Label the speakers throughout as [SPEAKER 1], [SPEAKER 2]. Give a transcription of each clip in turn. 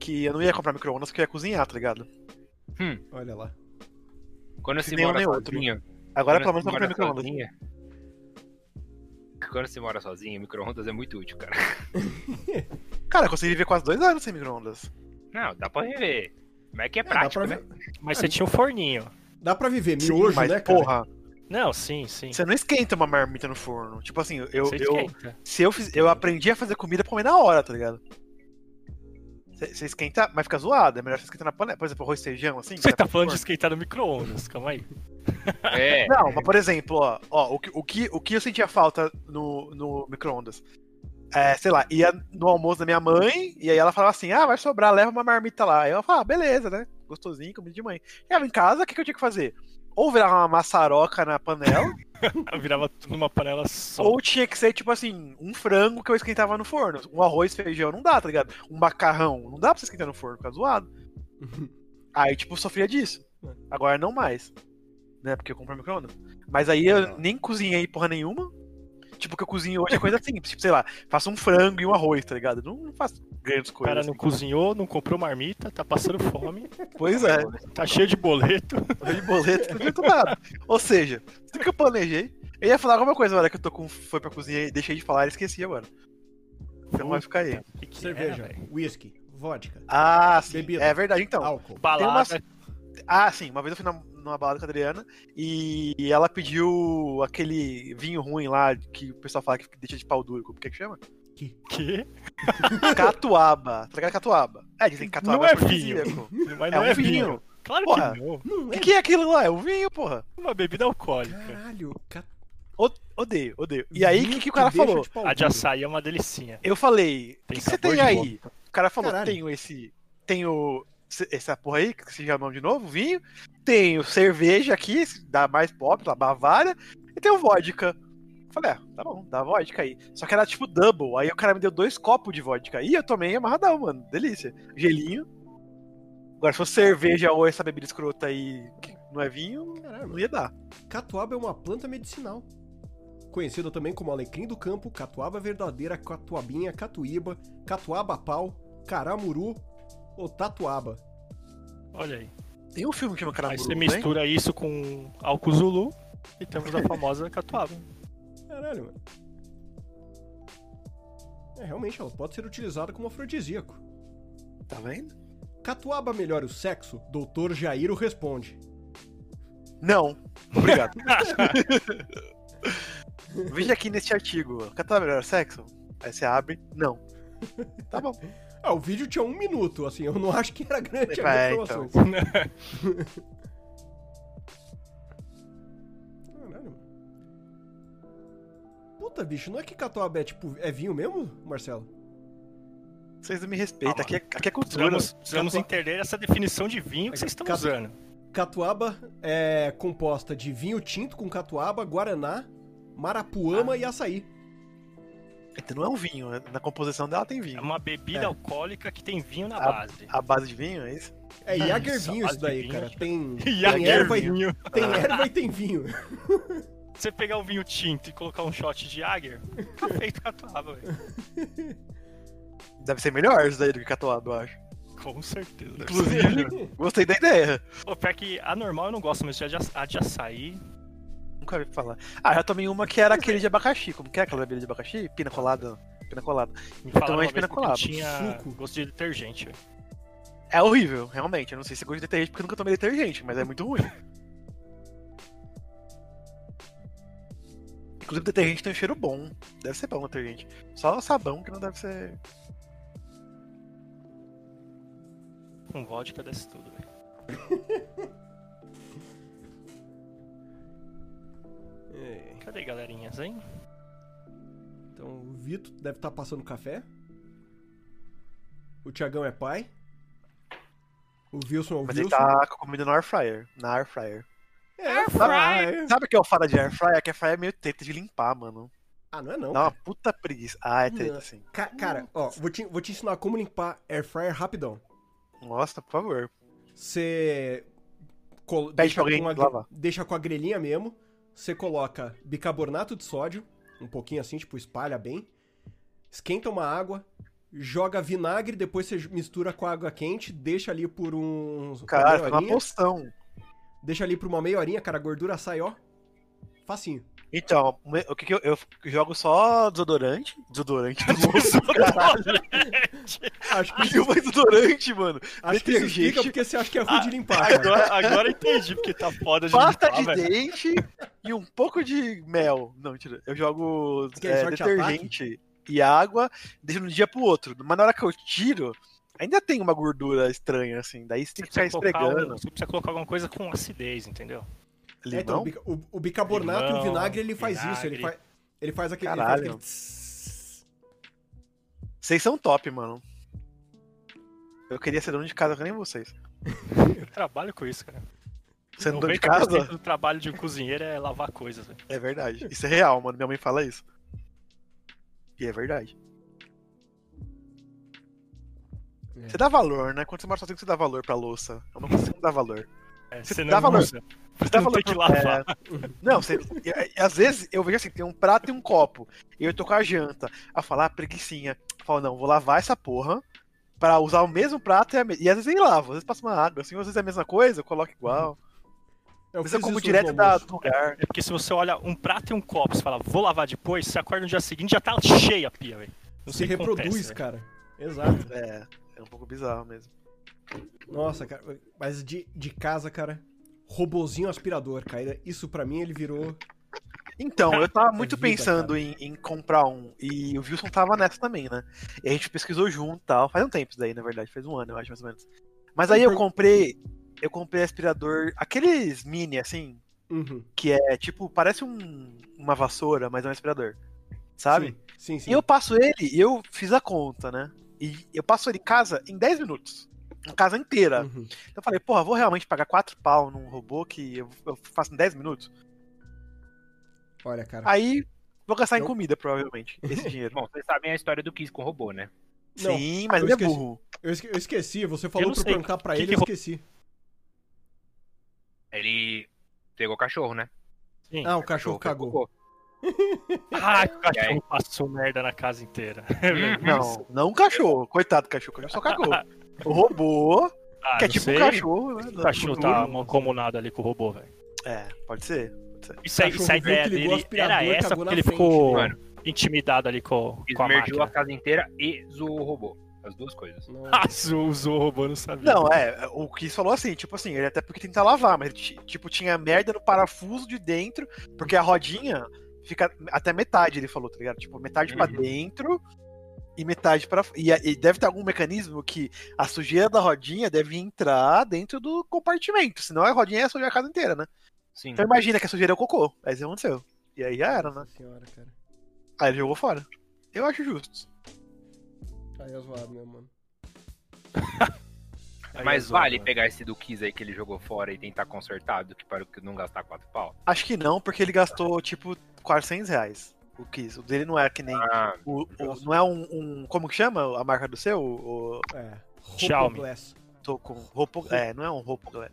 [SPEAKER 1] que eu não ia comprar micro-ondas porque eu ia cozinhar, tá ligado?
[SPEAKER 2] Hum,
[SPEAKER 3] Olha lá.
[SPEAKER 2] quando você
[SPEAKER 1] nenhum
[SPEAKER 2] mora
[SPEAKER 1] nem outro.
[SPEAKER 2] sozinho.
[SPEAKER 1] Agora pelo
[SPEAKER 2] quando
[SPEAKER 1] menos
[SPEAKER 2] você
[SPEAKER 1] eu comprei
[SPEAKER 2] mora
[SPEAKER 1] micro-ondas.
[SPEAKER 2] sozinha- Quando você mora sozinho, micro-ondas é muito útil, cara.
[SPEAKER 1] Cara, eu consegui viver quase dois anos sem micro-ondas.
[SPEAKER 2] Não, dá pra viver. Mas é que é
[SPEAKER 3] É, dá,
[SPEAKER 2] prático,
[SPEAKER 3] pra,
[SPEAKER 2] né?
[SPEAKER 3] vi-
[SPEAKER 1] Ah,
[SPEAKER 4] Mas você tinha um forninho.
[SPEAKER 3] dá pra viver miojo,
[SPEAKER 1] mas,
[SPEAKER 3] né, cara?
[SPEAKER 1] porra,
[SPEAKER 4] Não, sim, sim.
[SPEAKER 1] você não esquenta uma marmita no forno. Tipo assim, eu,
[SPEAKER 4] Você
[SPEAKER 1] eu,
[SPEAKER 4] esquenta.
[SPEAKER 1] se eu, fiz, eu aprendi a fazer comida pra comer na hora, tá ligado? Você você esquenta, mas fica zoado. É melhor você esquentar na panela. Por exemplo, arroz e feijão, assim.
[SPEAKER 4] Você
[SPEAKER 1] que
[SPEAKER 4] tá
[SPEAKER 1] vai pro
[SPEAKER 4] falando de
[SPEAKER 1] forno.
[SPEAKER 4] esquentar no micro-ondas, calma aí.
[SPEAKER 2] É.
[SPEAKER 1] Não, mas por exemplo, ó, ó o, que, o, que, o que eu sentia falta no, no micro-ondas? É, sei lá, ia no almoço da minha mãe, e aí ela falava assim: ah, vai sobrar, leva uma marmita lá. Aí eu falava, ah, beleza, né? Gostosinho, comida de mãe. Chegava em casa, o que, que eu tinha que fazer? Ou virava uma maçaroca na panela,
[SPEAKER 4] Eu virava tudo numa panela só.
[SPEAKER 1] ou tinha que ser, tipo assim, um frango que eu esquentava no forno. Um arroz, feijão, não dá, tá ligado? Um macarrão, não dá pra você esquentar no forno, fica zoado. Aí, tipo, sofria disso. Agora não mais. Né? Porque eu comprei micro-ondas. Mas aí eu nem cozinhei porra nenhuma. Tipo, o que eu cozinho hoje é coisa simples. Tipo, sei lá, faço um frango e um arroz, tá ligado? Não, não faço grandes
[SPEAKER 4] O cara
[SPEAKER 1] coisas. assim.
[SPEAKER 4] não cozinhou, não comprou marmita, tá passando fome,
[SPEAKER 1] Pois é,
[SPEAKER 4] tá cheio de boleto.
[SPEAKER 1] de boleto, não adianta nada. Ou seja, tudo que eu planejei. Eu ia falar alguma coisa na hora que eu tô com. Foi pra cozinhar e deixei de falar e esqueci agora. Então vai ficar aí.
[SPEAKER 4] Que que
[SPEAKER 1] É,
[SPEAKER 3] Cerveja,
[SPEAKER 4] era, velho?
[SPEAKER 3] whisky, vodka,
[SPEAKER 1] Ah, sim.
[SPEAKER 3] Bebida.
[SPEAKER 1] É verdade, então.
[SPEAKER 3] álcool.
[SPEAKER 4] Balada.
[SPEAKER 1] Ah, sim. Uma vez eu fui na- numa balada com a Adriana e e ela pediu aquele vinho ruim lá que o pessoal fala que deixa de pau duro. Como que é que chama?
[SPEAKER 4] Que?
[SPEAKER 1] Catuaba. Tá ligado catuaba? É, dizem que catuaba
[SPEAKER 4] Não é
[SPEAKER 1] afrodisíaco.
[SPEAKER 4] Mas
[SPEAKER 1] É
[SPEAKER 4] não
[SPEAKER 1] um
[SPEAKER 4] é vinho.
[SPEAKER 1] vinho.
[SPEAKER 4] Claro
[SPEAKER 1] Porra.
[SPEAKER 4] que não.
[SPEAKER 3] Não
[SPEAKER 1] O
[SPEAKER 3] é
[SPEAKER 1] que, que é aquilo lá? É um vinho, porra.
[SPEAKER 4] Uma bebida alcoólica.
[SPEAKER 3] Caralho, ca-
[SPEAKER 1] O- Odeio, odeio. E aí, o que,
[SPEAKER 3] vinho
[SPEAKER 1] que o cara
[SPEAKER 3] deixa
[SPEAKER 1] falou?
[SPEAKER 3] de pau
[SPEAKER 4] A de
[SPEAKER 3] duro.
[SPEAKER 4] açaí é uma delicinha.
[SPEAKER 1] Eu falei, o que,
[SPEAKER 4] Tem
[SPEAKER 1] que você tem
[SPEAKER 4] sabor de
[SPEAKER 1] aí? O cara falou,
[SPEAKER 3] Caralho.
[SPEAKER 1] tenho esse. Tenho se- essa porra aí, que se chama de novo, vinho. Tenho cerveja aqui, da mais pop, da Bavária, e tenho vodka. Eu Falei, ah, tá bom, dá vodka aí. Só que era tipo double. Aí o cara me deu dois copos de vodka. E eu tomei amarradão, mano. Delícia. Gelinho. Agora, se fosse cerveja ou essa bebida escrota aí que não é vinho,
[SPEAKER 3] Caralho,
[SPEAKER 1] não ia dar.
[SPEAKER 3] catuaba é uma planta medicinal. Conhecida também como alecrim do campo, catuaba verdadeira, catuabinha, catuíba, catuaba pau, caramuru ou tatuaba.
[SPEAKER 4] Olha aí.
[SPEAKER 1] Tem um filme que chama
[SPEAKER 4] Aí
[SPEAKER 1] Caramuru,
[SPEAKER 4] você
[SPEAKER 1] né?
[SPEAKER 4] mistura isso com álcool Zulu e temos a famosa catuaba.
[SPEAKER 3] Caralho, mano. É, realmente, ela pode ser utilizada como afrodisíaco.
[SPEAKER 1] Tá vendo?
[SPEAKER 3] Catuaba melhora o sexo? Doutor Jairo responde.
[SPEAKER 1] Não. Obrigado. Veja aqui neste artigo. Quer tá melhor sexo? Aí você abre. Não. Tá bom.
[SPEAKER 3] Ah, o vídeo tinha um minuto, assim, eu não acho que era grande a assim.
[SPEAKER 1] É,
[SPEAKER 3] informação.
[SPEAKER 1] então.
[SPEAKER 3] Caralho, mano. Puta, bicho, não é que catuaba é tipo, é vinho mesmo, Marcelo?
[SPEAKER 1] Vocês não me respeitam. Aqui é, aqui é cultura.
[SPEAKER 4] Precisamos, precisamos
[SPEAKER 3] Catua-
[SPEAKER 4] entender essa definição de vinho que vocês estão
[SPEAKER 3] Catu-
[SPEAKER 4] usando.
[SPEAKER 3] Catuaba é composta de vinho tinto com catuaba, guaraná,
[SPEAKER 1] Ah.
[SPEAKER 3] marapuama e açaí.
[SPEAKER 1] Então não é um vinho. né? Na composição dela tem
[SPEAKER 4] É
[SPEAKER 1] vinho.
[SPEAKER 4] uma bebida
[SPEAKER 3] É.
[SPEAKER 4] alcoólica que tem vinho na
[SPEAKER 1] Ah,
[SPEAKER 4] base.
[SPEAKER 1] A base de vinho é isso?
[SPEAKER 3] É Jagervinho
[SPEAKER 4] Nossa,
[SPEAKER 3] isso daí,
[SPEAKER 4] vinho,
[SPEAKER 3] cara.
[SPEAKER 4] gente.
[SPEAKER 3] Tem,
[SPEAKER 4] E
[SPEAKER 3] tem erva e
[SPEAKER 4] Jagervinho.
[SPEAKER 3] tem erva e tem vinho.
[SPEAKER 4] Você pegar um vinho tinto e colocar um shot de Jager, tá feito catuaba, velho.
[SPEAKER 1] Deve ser melhor isso daí do que catuaba, eu acho.
[SPEAKER 4] Com certeza.
[SPEAKER 1] Inclusive, gostei da ideia.
[SPEAKER 4] Pô, pior que a normal eu não gosto, mas a de, a de açaí.
[SPEAKER 1] Nunca ouvi falar. Ah, já tomei uma que era aquele de abacaxi. Como que é aquela bebida de abacaxi? Pina colada. Pina colada.
[SPEAKER 4] Me falaram
[SPEAKER 1] tomei
[SPEAKER 4] uma
[SPEAKER 1] de pina
[SPEAKER 4] vez
[SPEAKER 1] colada,
[SPEAKER 4] que tinha
[SPEAKER 3] suco.
[SPEAKER 4] gosto de detergente, velho.
[SPEAKER 1] É horrível, realmente. Eu não sei se eu gosto de detergente porque eu nunca tomei detergente, mas é muito ruim. Inclusive, detergente tem um cheiro bom. Deve ser bom o detergente. Só o sabão que não deve ser.
[SPEAKER 4] Com vodka desce tudo, velho.
[SPEAKER 3] É,
[SPEAKER 4] Cadê galerinhas, hein?
[SPEAKER 3] então o Vito deve estar passando café. O Tiagão é pai. O Wilson é o
[SPEAKER 1] Mas ele
[SPEAKER 3] Wilson.
[SPEAKER 1] tá com a comida no air fryer. Na air fryer.
[SPEAKER 3] É, air
[SPEAKER 4] fryer.
[SPEAKER 1] Sabe o que é o fada de air fryer? É que air fryer é meio treta de limpar, mano.
[SPEAKER 3] Ah, não é não.
[SPEAKER 1] Dá uma puta preguiça. Ah, é treta
[SPEAKER 3] Não.
[SPEAKER 1] sim.
[SPEAKER 3] Ca- cara, ó, vou te, vou te ensinar como limpar air fryer rapidão.
[SPEAKER 1] Nossa, por favor.
[SPEAKER 3] Você col-
[SPEAKER 1] Pede pra alguém
[SPEAKER 3] com a, gr-
[SPEAKER 1] lavar.
[SPEAKER 3] deixa com a grelhinha mesmo. Você coloca bicarbonato de sódio, um pouquinho assim, tipo, espalha bem. Esquenta uma água, joga vinagre, depois você mistura com água quente, deixa ali por um.
[SPEAKER 1] Cara, foi
[SPEAKER 3] uma meia
[SPEAKER 1] uma
[SPEAKER 3] horinha,
[SPEAKER 1] poção.
[SPEAKER 3] deixa ali por uma meia horinha, cara, a gordura sai, ó. Facinho.
[SPEAKER 1] Então, o que, que eu, eu jogo só desodorante? Desodorante. tá
[SPEAKER 3] Acho que,
[SPEAKER 1] Caralho, eu vou desodorante, mano.
[SPEAKER 3] acho que isso explica
[SPEAKER 1] Detergente.
[SPEAKER 3] porque você acha que é
[SPEAKER 1] Ah,
[SPEAKER 3] ruim de limpar, cara.
[SPEAKER 4] Agora, agora entendi porque tá foda de
[SPEAKER 1] Pasta
[SPEAKER 4] limpar,
[SPEAKER 1] de
[SPEAKER 4] velho.
[SPEAKER 1] dente e um pouco de mel. Não, mentira. Eu jogo
[SPEAKER 3] Que é
[SPEAKER 1] é,
[SPEAKER 3] sorte
[SPEAKER 1] detergente e água, deixo de um dia pro outro. Mas na hora que eu tiro, ainda tem uma gordura estranha, assim. Daí você tem que ficar
[SPEAKER 4] Você precisa colocar
[SPEAKER 1] esfregando.
[SPEAKER 4] um- Você precisa colocar alguma coisa com acidez, entendeu?
[SPEAKER 3] É, então,
[SPEAKER 1] Limão?
[SPEAKER 3] o bica- o, o bicarbonato e o
[SPEAKER 4] Limão,
[SPEAKER 3] vinagre, ele faz isso. Ele
[SPEAKER 4] vinagre.
[SPEAKER 3] faz, ele faz aquele. ele faz
[SPEAKER 1] Caralho.
[SPEAKER 3] aquele tss.
[SPEAKER 1] Vocês são top, mano. Eu queria ser dono de casa que nem vocês.
[SPEAKER 4] Eu trabalho com isso, cara.
[SPEAKER 1] Sendo dono de
[SPEAKER 4] 90%
[SPEAKER 1] casa?
[SPEAKER 4] do trabalho de um cozinheiro é lavar coisas, velho.
[SPEAKER 1] É verdade. Isso é real, mano. Minha mãe fala isso. E é verdade.
[SPEAKER 3] É.
[SPEAKER 1] Você dá valor, né? Quando você mora sozinho, você dá valor pra louça. É uma coisa que você não dá valor.
[SPEAKER 4] É,
[SPEAKER 1] Você
[SPEAKER 4] você
[SPEAKER 1] dá
[SPEAKER 4] não
[SPEAKER 1] valor.
[SPEAKER 4] usa.
[SPEAKER 1] Você
[SPEAKER 4] Não tem que
[SPEAKER 1] pro-
[SPEAKER 4] lavar.
[SPEAKER 1] é. Não, você... e- e- às vezes eu vejo assim, tem um prato e um copo. E eu tô com a janta. A falar, ah, preguicinha. Eu falo, não, vou lavar essa porra pra usar o mesmo prato e a me... E às vezes nem lavo, às vezes passa uma água, assim, às vezes é a mesma coisa, eu coloco
[SPEAKER 4] Uhum.
[SPEAKER 1] igual.
[SPEAKER 3] Eu
[SPEAKER 1] Às vezes eu
[SPEAKER 3] fiz
[SPEAKER 1] como
[SPEAKER 3] isso
[SPEAKER 1] direto
[SPEAKER 3] no
[SPEAKER 1] da,
[SPEAKER 3] almoço.
[SPEAKER 1] do lugar.
[SPEAKER 4] É porque se você olha um prato e um copo, você fala, vou lavar depois, você acorda no dia seguinte já tá cheia a pia, velho. Não
[SPEAKER 3] Se
[SPEAKER 4] sei o que
[SPEAKER 3] reproduz,
[SPEAKER 4] acontece, né? velho.
[SPEAKER 3] cara. Exato.
[SPEAKER 1] É, é um pouco bizarro mesmo.
[SPEAKER 3] Nossa, cara. Mas de, de casa, cara. Robozinho aspirador, cara. Isso pra mim ele virou.
[SPEAKER 1] Então, eu tava muito
[SPEAKER 3] vida,
[SPEAKER 1] pensando em, em comprar um. E o Wilson tava nessa também, né? E a gente pesquisou junto e tal. Faz um tempo isso daí, na verdade. Faz um ano, eu acho, mais ou menos. Mas aí
[SPEAKER 3] um
[SPEAKER 1] eu comprei. Eu comprei aspirador. Aqueles mini, assim.
[SPEAKER 3] Uhum.
[SPEAKER 1] Que é tipo. Parece um- uma vassoura, mas é um aspirador. Sabe?
[SPEAKER 3] Sim, sim. sim.
[SPEAKER 1] E eu passo ele e eu fiz a conta, né? E eu passo ele em casa em 10 minutos. Em casa inteira.
[SPEAKER 3] Uhum.
[SPEAKER 1] Então eu falei, porra, vou realmente pagar 4 pau num robô que eu, eu faço em 10 minutos?
[SPEAKER 3] Olha, cara.
[SPEAKER 1] Aí vou gastar em
[SPEAKER 3] Eu-
[SPEAKER 1] comida, provavelmente, esse dinheiro.
[SPEAKER 2] Bom, vocês sabem a história do Kiss com o robô, né?
[SPEAKER 3] Não,
[SPEAKER 1] Sim, mas
[SPEAKER 3] eu
[SPEAKER 1] ele é
[SPEAKER 3] esqueci.
[SPEAKER 1] burro.
[SPEAKER 3] Eu, esque- eu esqueci, você falou
[SPEAKER 4] não
[SPEAKER 3] pra eu
[SPEAKER 4] sei
[SPEAKER 3] perguntar pra
[SPEAKER 4] que
[SPEAKER 3] ele,
[SPEAKER 4] que
[SPEAKER 3] eu
[SPEAKER 4] ro-
[SPEAKER 3] esqueci.
[SPEAKER 2] Ele pegou o cachorro, né?
[SPEAKER 4] Sim.
[SPEAKER 3] Ah, o cachorro cagou.
[SPEAKER 2] cagou.
[SPEAKER 1] né?
[SPEAKER 2] E
[SPEAKER 4] Ah, o
[SPEAKER 2] aí?
[SPEAKER 4] cachorro passou merda na casa inteira.
[SPEAKER 2] Uhum.
[SPEAKER 1] Não, não o cachorro. Coitado do cachorro, o cachorro só cagou. O robô,
[SPEAKER 4] Ah,
[SPEAKER 1] que é
[SPEAKER 4] não
[SPEAKER 1] tipo
[SPEAKER 4] sei.
[SPEAKER 1] um cachorro, né?
[SPEAKER 4] O cachorro tá mancomunado ali com o robô, velho.
[SPEAKER 1] É, pode ser.
[SPEAKER 4] Isso aí,
[SPEAKER 3] Cachorro
[SPEAKER 4] isso aí a
[SPEAKER 3] viu que
[SPEAKER 4] ideia
[SPEAKER 3] ligou o
[SPEAKER 4] dele
[SPEAKER 3] aspirador,
[SPEAKER 4] era essa,
[SPEAKER 3] cagou na
[SPEAKER 4] porque ele
[SPEAKER 3] frente,
[SPEAKER 4] ficou
[SPEAKER 2] mano.
[SPEAKER 4] intimidado ali com, com a
[SPEAKER 2] Esmergiu a
[SPEAKER 4] máquina.
[SPEAKER 2] casa inteira e zoou o robô. As duas coisas.
[SPEAKER 4] Ah, zoou, zoou o robô, não sabia.
[SPEAKER 1] Não, é, o Kiss falou assim, tipo assim, ele até porque tenta lavar, mas ele, ti- tipo, tinha merda no parafuso de dentro, porque a rodinha fica até metade, ele falou, tá ligado? Tipo, metade pra
[SPEAKER 2] Uhum.
[SPEAKER 1] dentro e metade pra. E, e deve ter algum mecanismo que a sujeira da rodinha deve entrar dentro do compartimento, senão a rodinha ia sujar a casa inteira, né?
[SPEAKER 2] Sim.
[SPEAKER 1] Então imagina que a sujeira é o cocô. Aí isso aconteceu. E aí já era, né?
[SPEAKER 3] senhora, cara.
[SPEAKER 1] Aí ele jogou fora. Eu acho justo.
[SPEAKER 3] Aí é zoado mesmo, mano.
[SPEAKER 4] Aí é
[SPEAKER 2] Mas
[SPEAKER 4] zoado,
[SPEAKER 2] vale
[SPEAKER 4] velho.
[SPEAKER 2] pegar esse do Kiss aí que ele jogou fora e tentar consertar do que para não gastar quatro pau?
[SPEAKER 1] Acho que não, porque ele gastou, tipo, 400 reais. O Kiss. O dele não é que nem.
[SPEAKER 2] Ah,
[SPEAKER 1] o- o- não é um, um- Como que chama a marca do seu? O, o-
[SPEAKER 3] É.
[SPEAKER 4] Xiaomi.
[SPEAKER 3] Glass.
[SPEAKER 1] tô com. Roupo, é, não é um roupo. galera.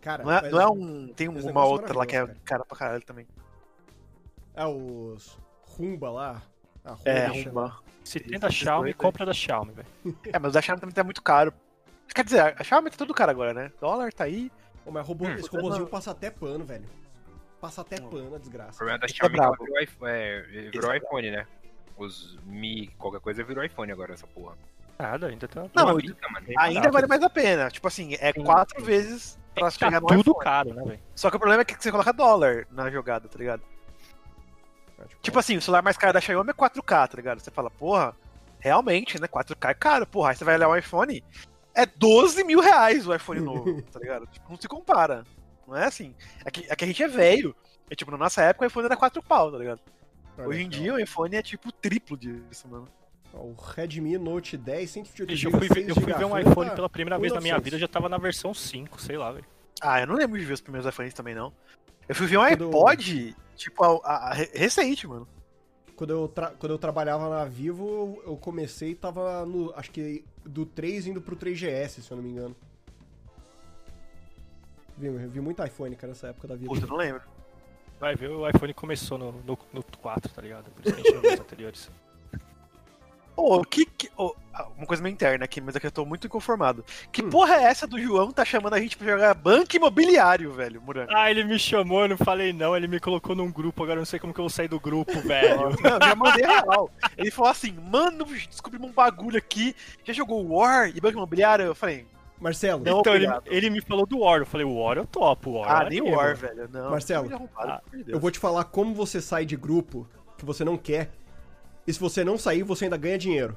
[SPEAKER 3] Cara,
[SPEAKER 1] Não é,
[SPEAKER 3] mas-
[SPEAKER 1] não é um. Tem
[SPEAKER 3] esse
[SPEAKER 1] uma
[SPEAKER 3] negócio é
[SPEAKER 1] outra lá que é
[SPEAKER 3] maravilhoso,
[SPEAKER 1] cara pra caralho também.
[SPEAKER 3] É os Rumba lá. A Rumba
[SPEAKER 1] É,
[SPEAKER 3] que chama.
[SPEAKER 1] uma.
[SPEAKER 4] Se tem
[SPEAKER 1] Esses
[SPEAKER 4] da
[SPEAKER 1] dois
[SPEAKER 4] Xiaomi,
[SPEAKER 1] aí.
[SPEAKER 4] compra da Xiaomi, velho.
[SPEAKER 1] É, mas o da Xiaomi também tá muito caro. Quer dizer, a Xiaomi tá tudo caro agora, né? Dólar tá aí.
[SPEAKER 3] Ô, mas robô,
[SPEAKER 2] Hum.
[SPEAKER 3] esse robozinho passa até pano, velho. Passa até
[SPEAKER 4] Hum.
[SPEAKER 3] pano, a
[SPEAKER 2] o
[SPEAKER 3] desgraça.
[SPEAKER 2] problema da
[SPEAKER 1] Isso é
[SPEAKER 2] Xiaomi é que ela
[SPEAKER 1] brabo.
[SPEAKER 2] virou, iPhone, é, virou
[SPEAKER 1] é
[SPEAKER 2] iPhone, né? Os Mi, qualquer coisa, virou iPhone agora, essa porra.
[SPEAKER 4] Nada, ainda tá.
[SPEAKER 1] Não,
[SPEAKER 2] Uma
[SPEAKER 1] e-
[SPEAKER 2] bica, mano.
[SPEAKER 1] Ainda vale mais a pena. Tipo assim, é quatro vezes pra
[SPEAKER 4] tá
[SPEAKER 1] chegar no
[SPEAKER 4] tudo
[SPEAKER 1] iPhone.
[SPEAKER 4] caro, né, velho?
[SPEAKER 1] Só que o problema é que você coloca dólar na jogada, tá ligado?
[SPEAKER 3] É, tipo,
[SPEAKER 1] Tipo assim, o celular mais caro da Xiaomi é 4K, tá ligado? Você fala, porra, realmente, né? 4K é caro, porra. Aí você vai olhar o iPhone, é 12 mil reais o iPhone novo, tá ligado? Tipo, não se compara. Não é assim. É que, é que a gente é velho. É tipo, na nossa época o iPhone era 4 pau, tá ligado?
[SPEAKER 3] olha,
[SPEAKER 1] Hoje em
[SPEAKER 3] cara,
[SPEAKER 1] dia o iPhone é tipo triplo disso, mano.
[SPEAKER 3] ó, O Redmi Note 10, 128
[SPEAKER 4] Bicho,
[SPEAKER 3] GB,
[SPEAKER 4] eu fui, ver, eu fui ver um iPhone pela primeira vez na minha
[SPEAKER 3] 1900.
[SPEAKER 4] vida, eu já tava na versão 5, sei lá, velho.
[SPEAKER 1] Ah, eu não lembro de ver os primeiros iPhones também, não. Eu fui ver um
[SPEAKER 3] Quando-
[SPEAKER 1] iPod, tipo, a- a- a- recente, mano.
[SPEAKER 3] Quando eu, tra- quando eu trabalhava na Vivo, eu- eu comecei e tava no... Acho que do 3 indo pro 3GS, se eu não me engano. Vi, eu vi muito iPhone, cara, nessa época da vida.
[SPEAKER 1] Puta, eu não lembro.
[SPEAKER 4] Vai ver, o iPhone começou no, no, no 4, tá ligado? Por isso que a gente não viu os anteriores.
[SPEAKER 1] Ô, que. que ô, ah, uma coisa meio interna aqui, mas é que eu tô muito inconformado. Que porra é essa do João que tá chamando a gente pra jogar banco imobiliário, velho, Murano?
[SPEAKER 4] Ah, ele me chamou, eu não falei não, ele me colocou num grupo, agora eu não sei como que eu vou sair do grupo, velho.
[SPEAKER 1] Não, já mandei real. Ele falou assim, mano, descobrimos um bagulho aqui. Já jogou War e banco imobiliário? Eu falei,
[SPEAKER 3] Marcelo,
[SPEAKER 1] Não.
[SPEAKER 4] então ele,
[SPEAKER 1] obrigado.
[SPEAKER 4] ele me falou do War, eu falei, o War eu topo, o War.
[SPEAKER 1] ah,
[SPEAKER 4] é
[SPEAKER 1] nem
[SPEAKER 4] maneiro.
[SPEAKER 1] War, velho. Não,
[SPEAKER 3] Marcelo,
[SPEAKER 1] me arrombaram,
[SPEAKER 4] ah,
[SPEAKER 1] pelo amor de Deus.
[SPEAKER 3] eu vou te falar como você sai de grupo que você não quer. E se você não sair, você ainda ganha dinheiro.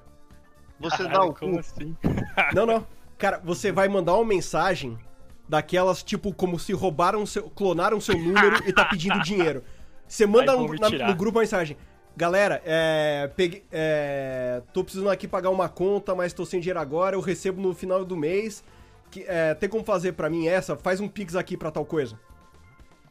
[SPEAKER 5] Você dá
[SPEAKER 4] Caralho,
[SPEAKER 5] o
[SPEAKER 4] como
[SPEAKER 5] cu.
[SPEAKER 4] assim?
[SPEAKER 3] Não, não. Cara, você vai mandar uma mensagem daquelas, tipo, como se roubaram seu. clonaram seu número e tá pedindo dinheiro. Você manda
[SPEAKER 4] Aí vão
[SPEAKER 3] um-
[SPEAKER 4] me
[SPEAKER 3] na-
[SPEAKER 4] tirar.
[SPEAKER 3] no grupo uma mensagem. Galera, é, peguei- é, Tô precisando aqui pagar uma conta, mas tô sem dinheiro agora, eu recebo no final do mês. Que, é, tem como fazer pra mim essa? Faz um Pix aqui pra tal coisa.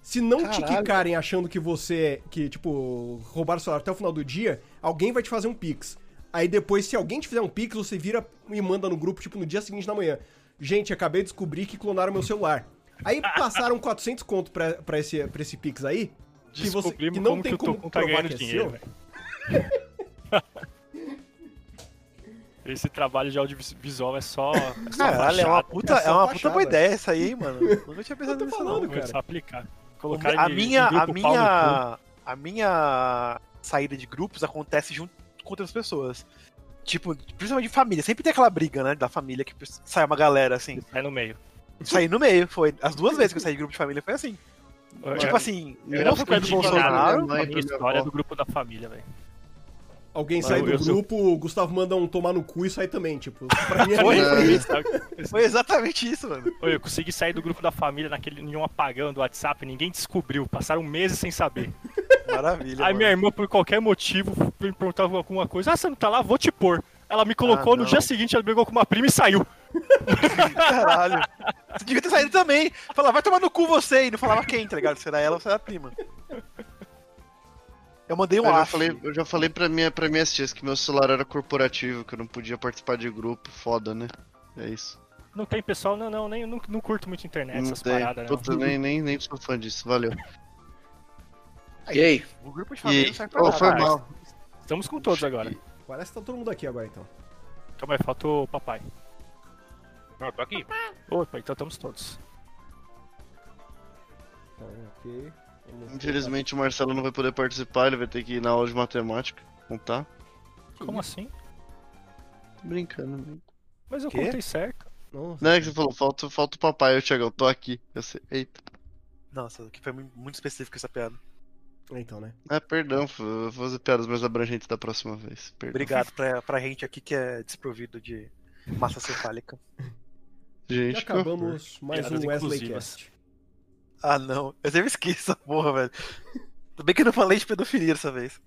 [SPEAKER 3] Se não te
[SPEAKER 1] Caralho.
[SPEAKER 3] quicarem achando que você. que, tipo, roubaram o celular até o final do dia, alguém vai te fazer um Pix. Aí depois, se alguém te fizer um Pix, você vira e manda no grupo, tipo, no dia seguinte na manhã. Gente, acabei de descobrir que clonaram meu celular. Aí passaram 400 conto pra, pra, esse, pra esse Pix aí. Que, você, que não tem como,
[SPEAKER 4] Tucum
[SPEAKER 3] provar que é seu.
[SPEAKER 4] tá velho. Esse trabalho de audiovisual é só. É só
[SPEAKER 1] Caralho, é
[SPEAKER 4] fachada.
[SPEAKER 1] uma puta,
[SPEAKER 3] é só
[SPEAKER 1] é uma puta
[SPEAKER 3] fachada.
[SPEAKER 1] boa ideia essa aí, hein, mano. Eu nunca tinha pensado
[SPEAKER 3] tô
[SPEAKER 1] nisso,
[SPEAKER 3] falando,
[SPEAKER 1] não.
[SPEAKER 4] Vou começar a aplicar. Colocar
[SPEAKER 1] a
[SPEAKER 4] ele em
[SPEAKER 1] minha, a
[SPEAKER 4] grupo, pau no cu.
[SPEAKER 1] minha, a minha saída de grupos acontece junto com outras pessoas. Tipo, principalmente de família. Sempre tem aquela briga, né? Da família que sai uma galera, assim.
[SPEAKER 4] Sai no meio.
[SPEAKER 1] Saí no meio, foi. As duas vezes que eu saí de grupo de família foi assim.
[SPEAKER 4] É.
[SPEAKER 1] tipo assim,
[SPEAKER 5] eu
[SPEAKER 1] não
[SPEAKER 5] não
[SPEAKER 1] foi do
[SPEAKER 5] fico indignado,
[SPEAKER 1] Bolsonaro.
[SPEAKER 5] né, mãe?
[SPEAKER 4] a minha
[SPEAKER 5] primeira
[SPEAKER 4] história
[SPEAKER 5] avó.
[SPEAKER 4] do grupo da família, velho.
[SPEAKER 3] Alguém
[SPEAKER 4] Mas
[SPEAKER 3] sai
[SPEAKER 4] Ah, eu-
[SPEAKER 3] do
[SPEAKER 4] eu sou-
[SPEAKER 3] grupo, o Gustavo manda um tomar no cu e sai também, tipo. Pra mim é
[SPEAKER 1] Foi?
[SPEAKER 3] isso.
[SPEAKER 5] É.
[SPEAKER 1] Foi exatamente isso, mano.
[SPEAKER 4] Oi, eu consegui sair do grupo da família naquele em um apagão do WhatsApp, ninguém descobriu. Passaram meses sem saber.
[SPEAKER 1] Maravilha.
[SPEAKER 4] Aí
[SPEAKER 1] mano.
[SPEAKER 4] minha irmã, por qualquer motivo, me perguntava alguma coisa. Ah, você não tá lá? Vou te pôr. Ela me colocou,
[SPEAKER 1] Ah,
[SPEAKER 4] no
[SPEAKER 1] não.
[SPEAKER 4] dia seguinte ela brigou com uma prima e saiu.
[SPEAKER 1] Caralho. Você devia ter saído também. Falar, vai tomar no cu você. E não falava quem, tá ligado? Se era ela ou se era a prima. Eu mandei
[SPEAKER 5] Eu
[SPEAKER 1] um
[SPEAKER 5] já
[SPEAKER 1] af.
[SPEAKER 5] falei, eu já falei pra, minha, pra minhas tias que meu celular era corporativo, que eu não podia participar de grupo, foda, né? É isso.
[SPEAKER 4] Não tem pessoal, não, não, nem, não, não curto muito internet,
[SPEAKER 5] não
[SPEAKER 4] É, essas
[SPEAKER 5] tem.
[SPEAKER 4] paradas, né? não.
[SPEAKER 5] Puta, nem, nem, nem sou fã disso, valeu.
[SPEAKER 1] E aí? O um grupo de
[SPEAKER 5] E aí?
[SPEAKER 1] família não
[SPEAKER 2] é
[SPEAKER 1] serve pra
[SPEAKER 5] Oh,
[SPEAKER 1] nada.
[SPEAKER 5] foi
[SPEAKER 4] mas-
[SPEAKER 5] mal.
[SPEAKER 4] Estamos com todos agora.
[SPEAKER 3] Parece que tá todo mundo aqui agora então.
[SPEAKER 4] Calma aí, faltou o papai.
[SPEAKER 2] Não, eu tô aqui.
[SPEAKER 4] Opa, então estamos todos.
[SPEAKER 3] Então, ok. Vamos
[SPEAKER 5] Infelizmente o Marcelo não vai poder participar, ele vai ter que ir na aula de matemática. Não tá?
[SPEAKER 4] Como assim?
[SPEAKER 5] Tô brincando. né?
[SPEAKER 4] Mas eu
[SPEAKER 1] Quê?
[SPEAKER 4] contei certo.
[SPEAKER 3] Nossa.
[SPEAKER 5] Não é que você falou, falta, falta o papai, eu chego, eu tô aqui. Eu sei. Eita.
[SPEAKER 1] Nossa, que foi mu- muito específico essa piada.
[SPEAKER 3] É, Então, né?
[SPEAKER 5] Ah, perdão, f- eu vou fazer piadas mais abrangentes da próxima vez. Perdão.
[SPEAKER 1] Obrigado pra, pra gente aqui que é desprovido de massa cefálica.
[SPEAKER 3] E
[SPEAKER 5] Gente, por favor.
[SPEAKER 3] acabamos mais
[SPEAKER 4] Piadas
[SPEAKER 3] um Wesley
[SPEAKER 4] inclusivas.
[SPEAKER 3] Cast.
[SPEAKER 1] Ah, não. Eu sempre esqueci essa porra, velho. Tudo bem que eu não falei de pedofilia dessa vez.